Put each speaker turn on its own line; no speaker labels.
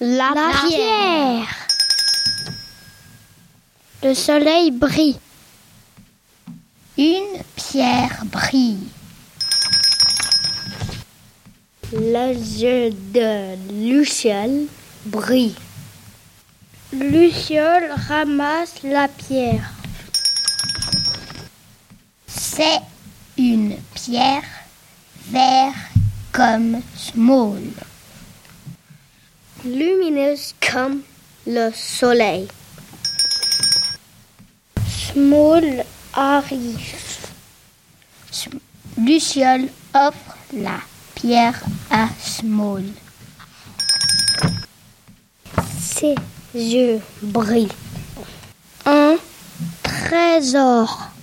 La,
La pierre.
Le soleil brille.
Une pierre brille.
Les yeux de Luciole brille. Luciole ramasse la pierre.
C'est une pierre vert comme small.
Lumineuse comme le soleil. Small arrive.
Sm- Luciole offre la pierre à small.
Ses yeux brillent. Un trésor.